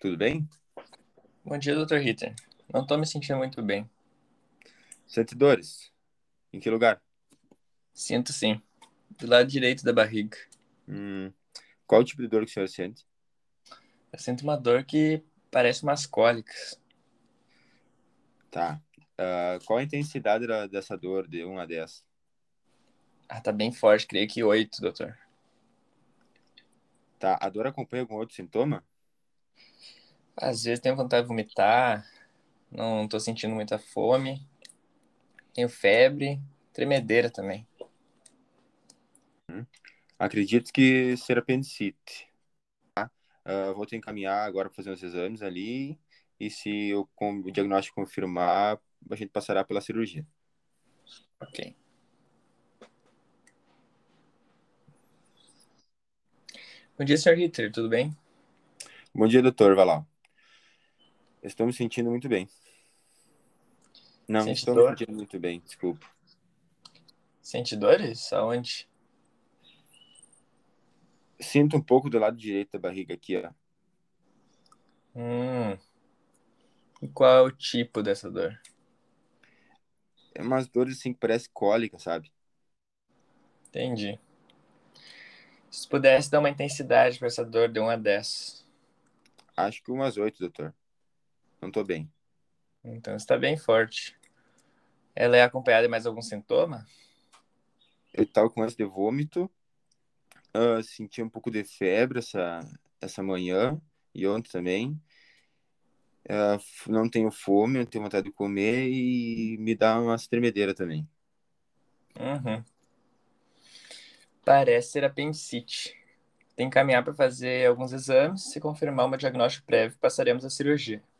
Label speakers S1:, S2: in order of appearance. S1: Tudo bem?
S2: Bom dia, Dr. Ritter. Não tô me sentindo muito bem.
S1: Sente dores? Em que lugar?
S2: Sinto sim. Do lado direito da barriga.
S1: Hum, qual o tipo de dor que o senhor sente?
S2: Eu sinto uma dor que parece umas cólicas.
S1: Tá. Ah, qual a intensidade da- dessa dor de 1 a 10?
S2: Ah, tá bem forte, creio que oito, doutor.
S1: Tá. A dor acompanha algum outro sintoma?
S2: Às vezes tenho vontade de vomitar, não tô sentindo muita fome, tenho febre, tremedeira também.
S1: Acredito que ser apendicite. Tá? Ah, vou te encaminhar agora para fazer uns exames ali. E se eu, com- o diagnóstico confirmar, a gente passará pela cirurgia.
S2: Ok. Bom dia, Sr. Ritter, tudo bem?
S1: Bom dia, doutor. Vai lá. Estou me sentindo muito bem. Não,
S2: Sente
S1: estou
S2: dor?
S1: me sentindo muito bem, desculpa.
S2: Sente dores? Aonde?
S1: Sinto um pouco do lado direito da barriga aqui, ó.
S2: Hum. E qual é o tipo dessa dor?
S1: É umas dores assim que parece cólica, sabe?
S2: Entendi. Se pudesse dar uma intensidade para essa dor de 1 a 10.
S1: Acho que umas oito, doutor. Não tô bem.
S2: Então está bem forte. Ela é acompanhada de mais algum sintoma?
S1: Eu tava com ânsia de vômito, ah, senti um pouco de febre essa, essa manhã e ontem também. Ah, f- não tenho fome, não tenho vontade de comer e me dá umas tremedeiras também.
S2: Uhum. Parece ser apendicite. Tem que caminhar para fazer alguns exames. Se confirmar um diagnóstico prévio, passaremos a cirurgia.